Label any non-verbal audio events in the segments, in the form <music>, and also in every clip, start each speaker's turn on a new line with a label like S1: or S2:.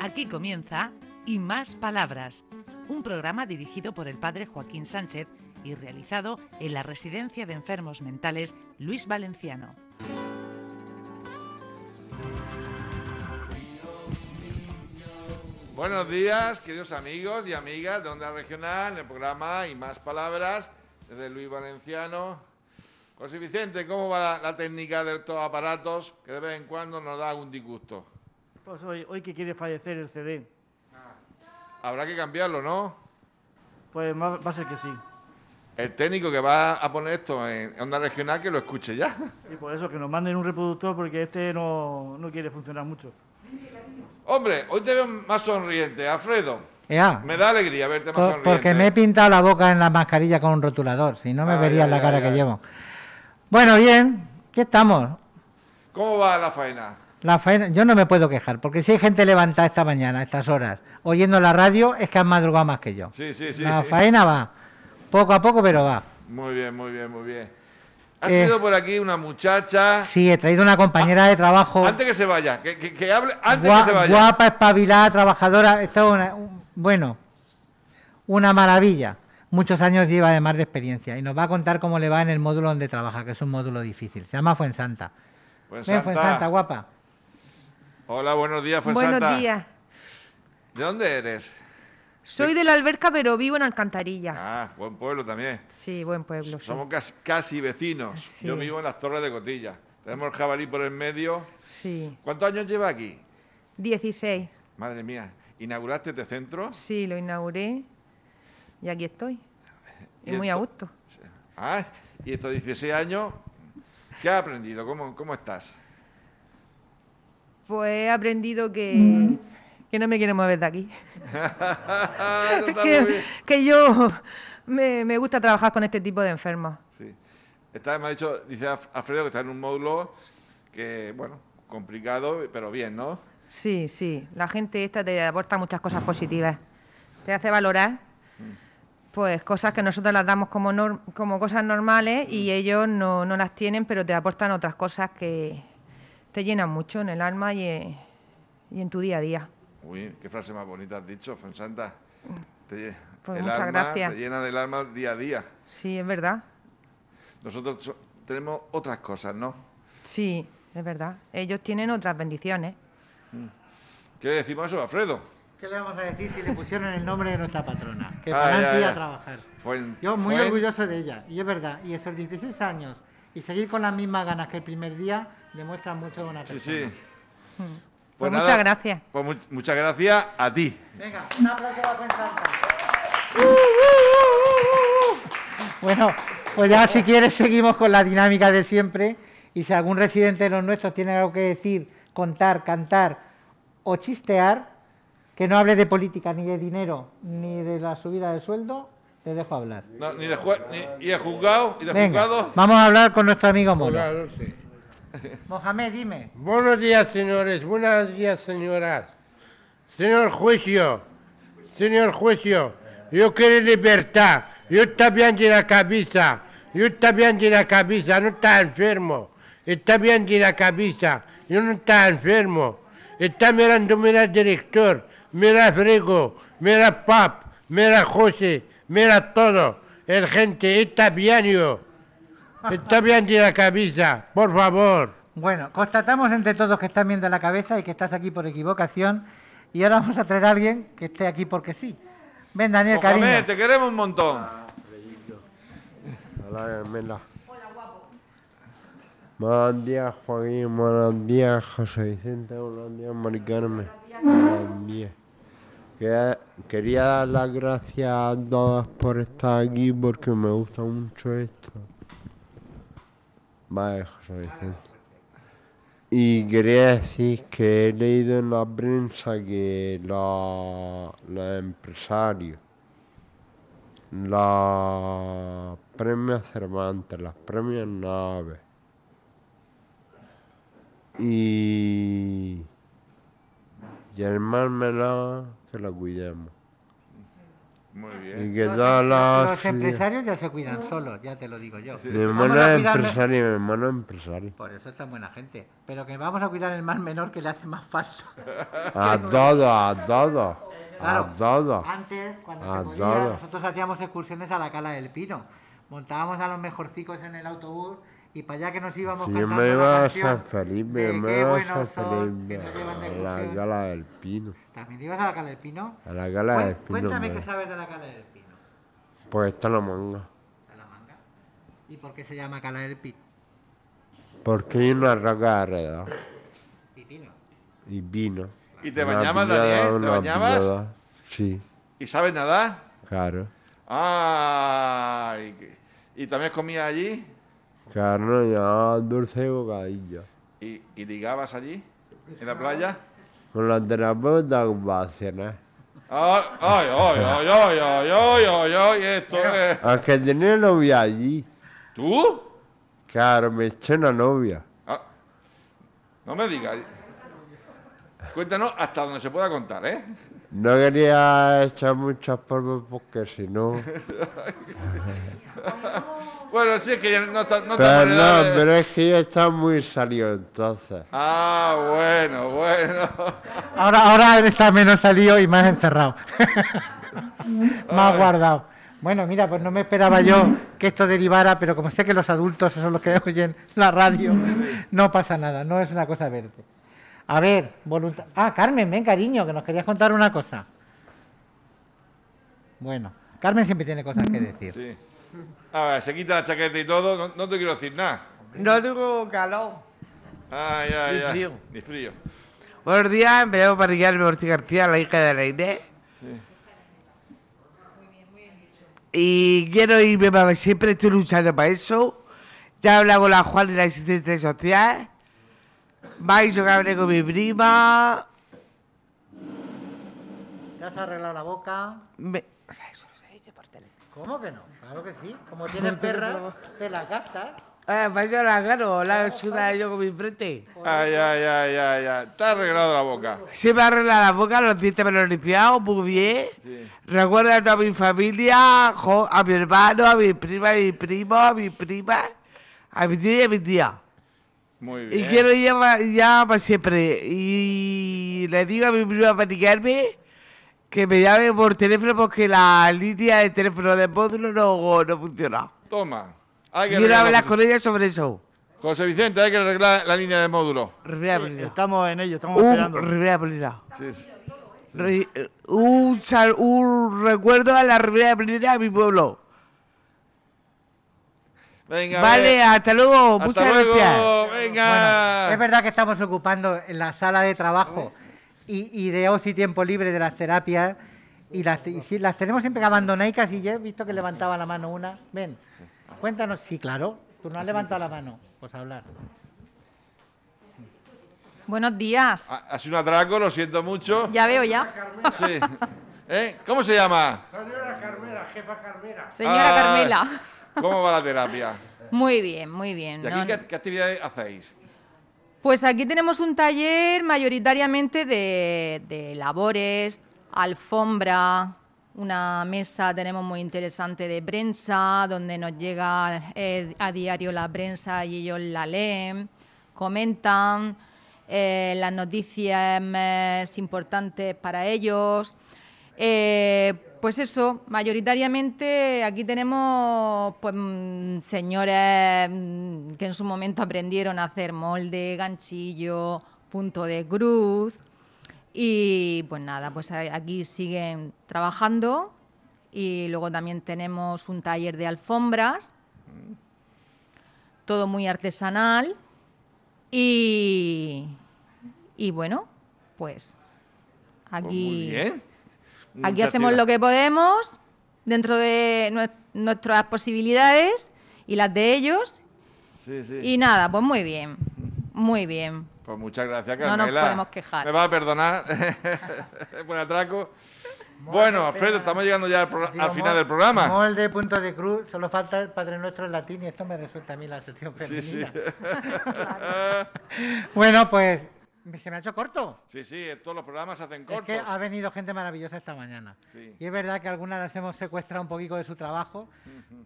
S1: Aquí comienza Y Más Palabras, un programa dirigido por el padre Joaquín Sánchez y realizado en la Residencia de Enfermos Mentales Luis Valenciano.
S2: Buenos días, queridos amigos y amigas de Onda Regional, en el programa Y Más Palabras, desde Luis Valenciano. José Vicente, ¿cómo va la, la técnica de estos aparatos que de vez en cuando nos da un disgusto?
S3: Pues hoy, hoy que quiere fallecer el CD,
S2: Habrá que cambiarlo, ¿no?
S3: pues va, va a ser que sí.
S2: El técnico que va a poner esto en Onda Regional que lo escuche ya. <laughs>
S3: Y por eso que nos manden un reproductor porque este no, no quiere funcionar mucho.
S2: Hombre, hoy te veo más sonriente, Alfredo.
S4: Ya,
S2: Me da alegría verte más
S4: por-
S2: sonriente.
S4: porque me he pintado la boca en la mascarilla con un rotulador, si no me
S2: Ah, ya,
S4: verías la
S2: ya,
S4: cara
S2: ya.
S4: que llevo. Bueno, bien, aquí estamos.
S2: ¿Cómo va la faena?
S4: La faena- yo no me puedo quejar, porque si hay gente levantada esta mañana, a estas horas, oyendo la radio, es que han madrugado más que yo.
S2: Sí, sí, sí.
S4: La faena va, poco a poco, pero va.
S2: Muy bien, muy bien, muy bien. Ha
S4: Eh.
S2: tenido por aquí una muchacha.
S4: Sí, he traído una compañera de trabajo
S2: Antes que se vaya, que, que- que hable antes
S4: gua-
S2: que se vaya.
S4: guapa, espabilada, trabajadora, esto es una- un- bueno, una maravilla. Muchos años lleva además de experiencia y nos va a contar cómo le va en el módulo donde trabaja, que es un módulo difícil. Se llama Fuensanta.
S2: Pues
S4: Ven,
S2: Santa.
S4: Fuensanta, guapa.
S2: Hola, buenos días, Fuensanta.
S5: Buenos días.
S2: ¿De dónde eres?
S5: Soy de la alberca, pero vivo en Alcantarilla.
S2: Ah, buen pueblo también.
S5: Sí, buen pueblo. sí.
S2: Somos casi, casi vecinos.
S5: Sí.
S2: Yo vivo en las Torres de Cotilla. Tenemos el jabalí por el medio.
S5: Sí.
S2: ¿Cuántos años lleva aquí?
S5: 16.
S2: Madre mía, ¿inauguraste este centro?
S5: Sí, lo inauguré y aquí estoy. Y,
S2: Y
S5: muy a
S2: esto-
S5: gusto.
S2: Ah, y estos 16 años, ¿qué has aprendido? ¿Cómo, cómo
S5: <laughs>
S2: estás?
S5: Pues he aprendido que, que no me quiero mover de aquí. <laughs>
S2: Ah, Eso está muy
S5: que,
S2: bien.
S5: que yo me, me gusta trabajar con este tipo de enfermos.
S2: Sí. Está, me ha dicho, dice Af- Alfredo que está en un módulo que, bueno, complicado, pero bien, ¿no?
S5: Sí, sí. La gente esta te aporta muchas cosas positivas. Te hace valorar pues cosas que nosotros las damos como, nor- como cosas normales
S2: Mm.
S5: y ellos no, no las tienen, pero te aportan otras cosas que te llenan mucho en el alma y en, y en tu día a día.
S2: Uy, qué frase más bonita has dicho, Fonsanta. Te, lle-
S5: Pues
S2: el
S5: muchas
S2: alma
S5: gracias.
S2: te llena del alma día a día.
S5: Sí, es verdad.
S2: Nosotros so- tenemos otras cosas, ¿no?
S5: Sí, es verdad. Ellos tienen otras bendiciones.
S2: ¿Qué le decimos a eso, Alfredo?
S4: ¿Qué le vamos a decir si le pusieron el nombre de nuestra patrona? Que
S2: Ah,
S4: para
S2: ya,
S4: adelante y
S2: ya.
S4: a trabajar.
S2: Fuen-
S4: Yo muy
S2: Fuen-
S4: orgulloso de ella, y es verdad, y esos 16 años, y seguir con las mismas ganas que el primer día, demuestra mucho de una
S2: Sí,
S4: persona.
S2: sí.
S5: Pues
S2: nada,
S5: muchas gracias.
S2: Pues much- muchas gracias a ti.
S4: Venga, un aplauso para Fuensanta. Bueno, pues ya si quieres seguimos con la dinámica de siempre y si algún residente de los nuestros tiene algo que decir, contar, cantar o chistear, que no hable de política, ni de dinero, ni de la subida de sueldo, te dejo hablar.
S2: No, ni de jue- ni- y de juzgado, y de
S4: Venga,
S2: juzgado.
S4: vamos a hablar con nuestro amigo Mono.
S6: Claro, sí.
S4: Mohamed, dime.
S6: Buenos días, señores. Buenos días, señoras. Señor juicio, señor juicio, yo quiero libertad. Yo está bien de la cabeza. Yo está bien de la cabeza. No está enfermo. Está bien de la cabeza. Yo no está enfermo. Está mirando, mira director, mira Frego, mira Pap, mira José, mira todo. El gente está bien yo. Está bien de la cabeza, por favor.
S4: Bueno, constatamos entre todos que estás bien de la cabeza y que estás aquí por equivocación. Y ahora vamos a traer a alguien que esté aquí porque sí. Ven, Daniel,
S2: Mohamed,
S4: cariño.
S2: te queremos un montón.
S6: Hola, Mela. Buenos días, Joaquín. Buenos días, José Vicente. Buenos días, Mari Carmen. Buenos días. Que- Quería dar las gracias a todas por estar aquí porque me gusta mucho esto. Vale, José Vicente. Y quería decir que he leído en la prensa que los, los empresarios los premios Cervantes, los premios Nobel. Y. Y el mar melón, que lo cuidemos.
S2: Muy bien.
S7: Y que da la
S4: Los
S7: fili-
S4: empresarios ya se cuidan solos, ya te lo digo yo.
S7: Mi
S4: Vamos
S7: hermano
S4: a
S7: es
S4: cuidarle-
S7: empresario, mi hermano es empresario.
S4: Por eso es tan buena gente. Pero que vamos a cuidar el mal menor que le hace más falta.
S7: Ah. A todo, a todo.
S4: Claro.
S7: A todo.
S4: Antes, cuando
S7: Ah,
S4: se podía,
S7: claro.
S4: nosotros hacíamos excursiones a la Cala del Pino. Montábamos a los mejorcicos en el autobús y para allá que nos íbamos
S7: Si yo
S4: cantando
S7: me
S4: la
S7: iba a
S4: canción
S7: San Felipe,
S4: de
S7: yo me
S4: qué
S7: iba a
S4: buenos son,
S7: San
S4: que
S7: Felipe,
S4: nos llevan de
S7: a la
S4: excursión.
S7: gala del pino.
S4: ¿También te ibas a la Cala del Pino?
S7: A la gala del
S4: Cuen-
S7: pino.
S4: Cuéntame
S7: me-
S4: qué sabes de la Cala del Pino,
S7: Pues está la manga.
S4: Salamanca. ¿Y por qué se llama Cala del Pino?
S7: Porque hay una roca alrededor.
S4: Pipino.
S7: Y vino.
S2: ¿Y te
S7: Una
S2: bañabas,
S7: pillada,
S2: Daniel? ¿Te
S7: una
S2: bañabas?
S7: pillada. Sí,
S2: ¿Y sabes nadar?
S7: claro.
S2: ¡Ay! que- ¿Y también comías allí?
S7: Carne, ya, dulce y bocadillo.
S2: ¿Y, y ligabas allí? ¿En la playa?
S7: Con la terapeuta ocupacional.
S2: ¡Ay, Ah, ay, ay, ay, ay, ay, ay, ay, ay! Esto es...
S7: Aunque tenía novia allí.
S2: ¿Tú?
S7: Claro, me eché una novia.
S2: Ah, no me digas. Cuéntanos hasta donde se pueda contar, ¿eh?
S7: No quería echar muchas polvos porque si no.
S2: Bueno, sí, es que ya no está... Pues No está
S7: Pero
S2: en
S7: Pues no,
S2: edad de-
S7: pero es que yo estaba muy salido entonces.
S2: Ah, bueno, bueno.
S4: Ahora, ahora está menos salido y más encerrado. más guardado. Bueno, mira, pues no me esperaba yo que esto derivara, pero como sé que los adultos son los que oyen la radio, no pasa nada, no es una cosa verde. A ver, voluntad. Ah, Carmen, ven, cariño, que nos querías contar una cosa. Bueno, Carmen siempre tiene cosas que decir.
S2: Sí. A ver, se quita la chaqueta y todo. No, no te quiero decir nada.
S6: No tengo calor.
S2: Ay, ay,
S6: Ni
S2: ay.
S6: frío.
S2: Ni frío.
S6: Buenos días, me llamo Maricarmen Ortiz García, la hija de la Inés. Y quiero irme para siempre, estoy luchando para eso. Ya he hablado con la Juana y la asistente social. Vais, yo que hablé con mi prima.
S4: ¿Te has arreglado la boca?
S6: Me- O sea, eso se dice por teléfono.
S4: ¿Cómo que no? Claro que sí. <laughs> Como tienes perra, te la gastas.
S6: Ah, vaya la gano, la chuda yo con mi frente.
S2: Ay, ay, ay, ay, ay. Te has arreglado la boca.
S6: Se me arregla la boca, los dientes me los he limpiado, muy bien.
S2: Sí.
S6: Recuerdo a toda mi familia, jo- a mi hermano, a mi prima, a mi primo, a mi prima, a mi tío y a mi tía.
S2: Muy bien.
S6: Y quiero ir pa- ya para siempre. Y le digo a mi prima para indicarme que me llame por teléfono porque la línea de teléfono del módulo no, no funciona.
S2: Toma. Hay que
S6: Quiero
S2: arreglar-
S6: hablar con ella sobre eso.
S2: José Vicente, hay que arreglar la línea de módulo.
S6: Rivera Molina.
S3: Estamos en ello, estamos
S6: Un,
S3: esperando.
S6: Rivera Molina.
S2: Sí, sí.
S6: Re- un, sal- un recuerdo a la Rivera Molina, a mi pueblo.
S2: Venga.
S6: Vale,
S2: ve-
S6: hasta luego.
S2: hasta
S6: Muchas
S2: luego.
S6: gracias.
S2: Venga.
S4: Es verdad que estamos ocupando la sala de trabajo y, y de ocio y tiempo libre de las terapias. Y las, y sí, las tenemos siempre abandonaicas y yo he visto que levantaba la mano una. Ven, cuéntanos. Sí, claro. Tú no has levantado la mano. Pues hablar.
S5: Buenos días.
S2: Ha ha sido un atraco, lo siento mucho.
S5: Ya veo ya.
S2: Sí. ¿Eh? ¿Cómo se llama?
S7: Señora Carmela, jefa Carmela.
S5: Señora
S2: Ay,
S5: Carmela.
S2: ¿Cómo va la
S5: <laughs>
S2: terapia?
S5: Muy bien, muy bien.
S2: ¿Y
S5: No,
S2: aquí qué, qué actividades hacéis?
S5: Pues aquí tenemos un taller mayoritariamente de, de labores, alfombra, una mesa tenemos muy interesante de prensa, donde nos llega eh, a diario la prensa y ellos la leen, comentan eh, las noticias más importantes para ellos. Eh, pues eso, mayoritariamente aquí tenemos pues, mm, señores mm, que en su momento aprendieron a hacer molde, ganchillo, punto de cruz. Y pues nada, pues a- aquí siguen trabajando. Y luego también tenemos un taller de alfombras, todo muy artesanal. Y, y bueno, pues aquí.
S2: Pues muy bien.
S5: Aquí
S2: Mucha
S5: hacemos
S2: actividad.
S5: lo que podemos dentro de nue- nuestras posibilidades y las de ellos.
S2: Sí, sí.
S5: Y nada, pues muy bien, muy bien.
S2: Pues muchas gracias,
S5: No nos
S2: Carmela.
S5: podemos quejar.
S2: Me va a perdonar <laughs> por atraco. Bueno, Alfredo, estamos llegando ya al, pro- al
S4: Digo,
S2: final
S4: mol-
S2: del programa.
S4: Molde, punto de cruz. Solo falta el Padre Nuestro en latín y esto me resulta a mí la sección
S2: Sí, sí.
S4: femenina. Bueno, pues Me- Se me ha hecho corto.
S2: Sí, sí, todos los programas se hacen
S4: Es
S2: cortos.
S4: que ha venido gente maravillosa esta mañana.
S2: Sí.
S4: Y es verdad que algunas las hemos secuestrado un poquito de su trabajo,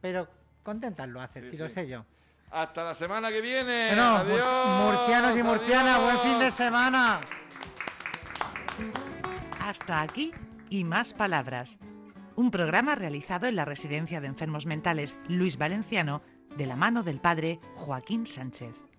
S4: pero contentas lo hacen,
S2: Sí,
S4: si lo
S2: sí.
S4: sé yo.
S2: Hasta la semana que viene.
S4: Bueno, mur-
S2: adiós.
S4: murcianos y murcianas, buen fin de
S2: adiós.
S4: semana.
S1: Hasta aquí y más palabras. Un programa realizado en la Residencia de Enfermos Mentales Luis Valenciano de la mano del padre Joaquín Sánchez.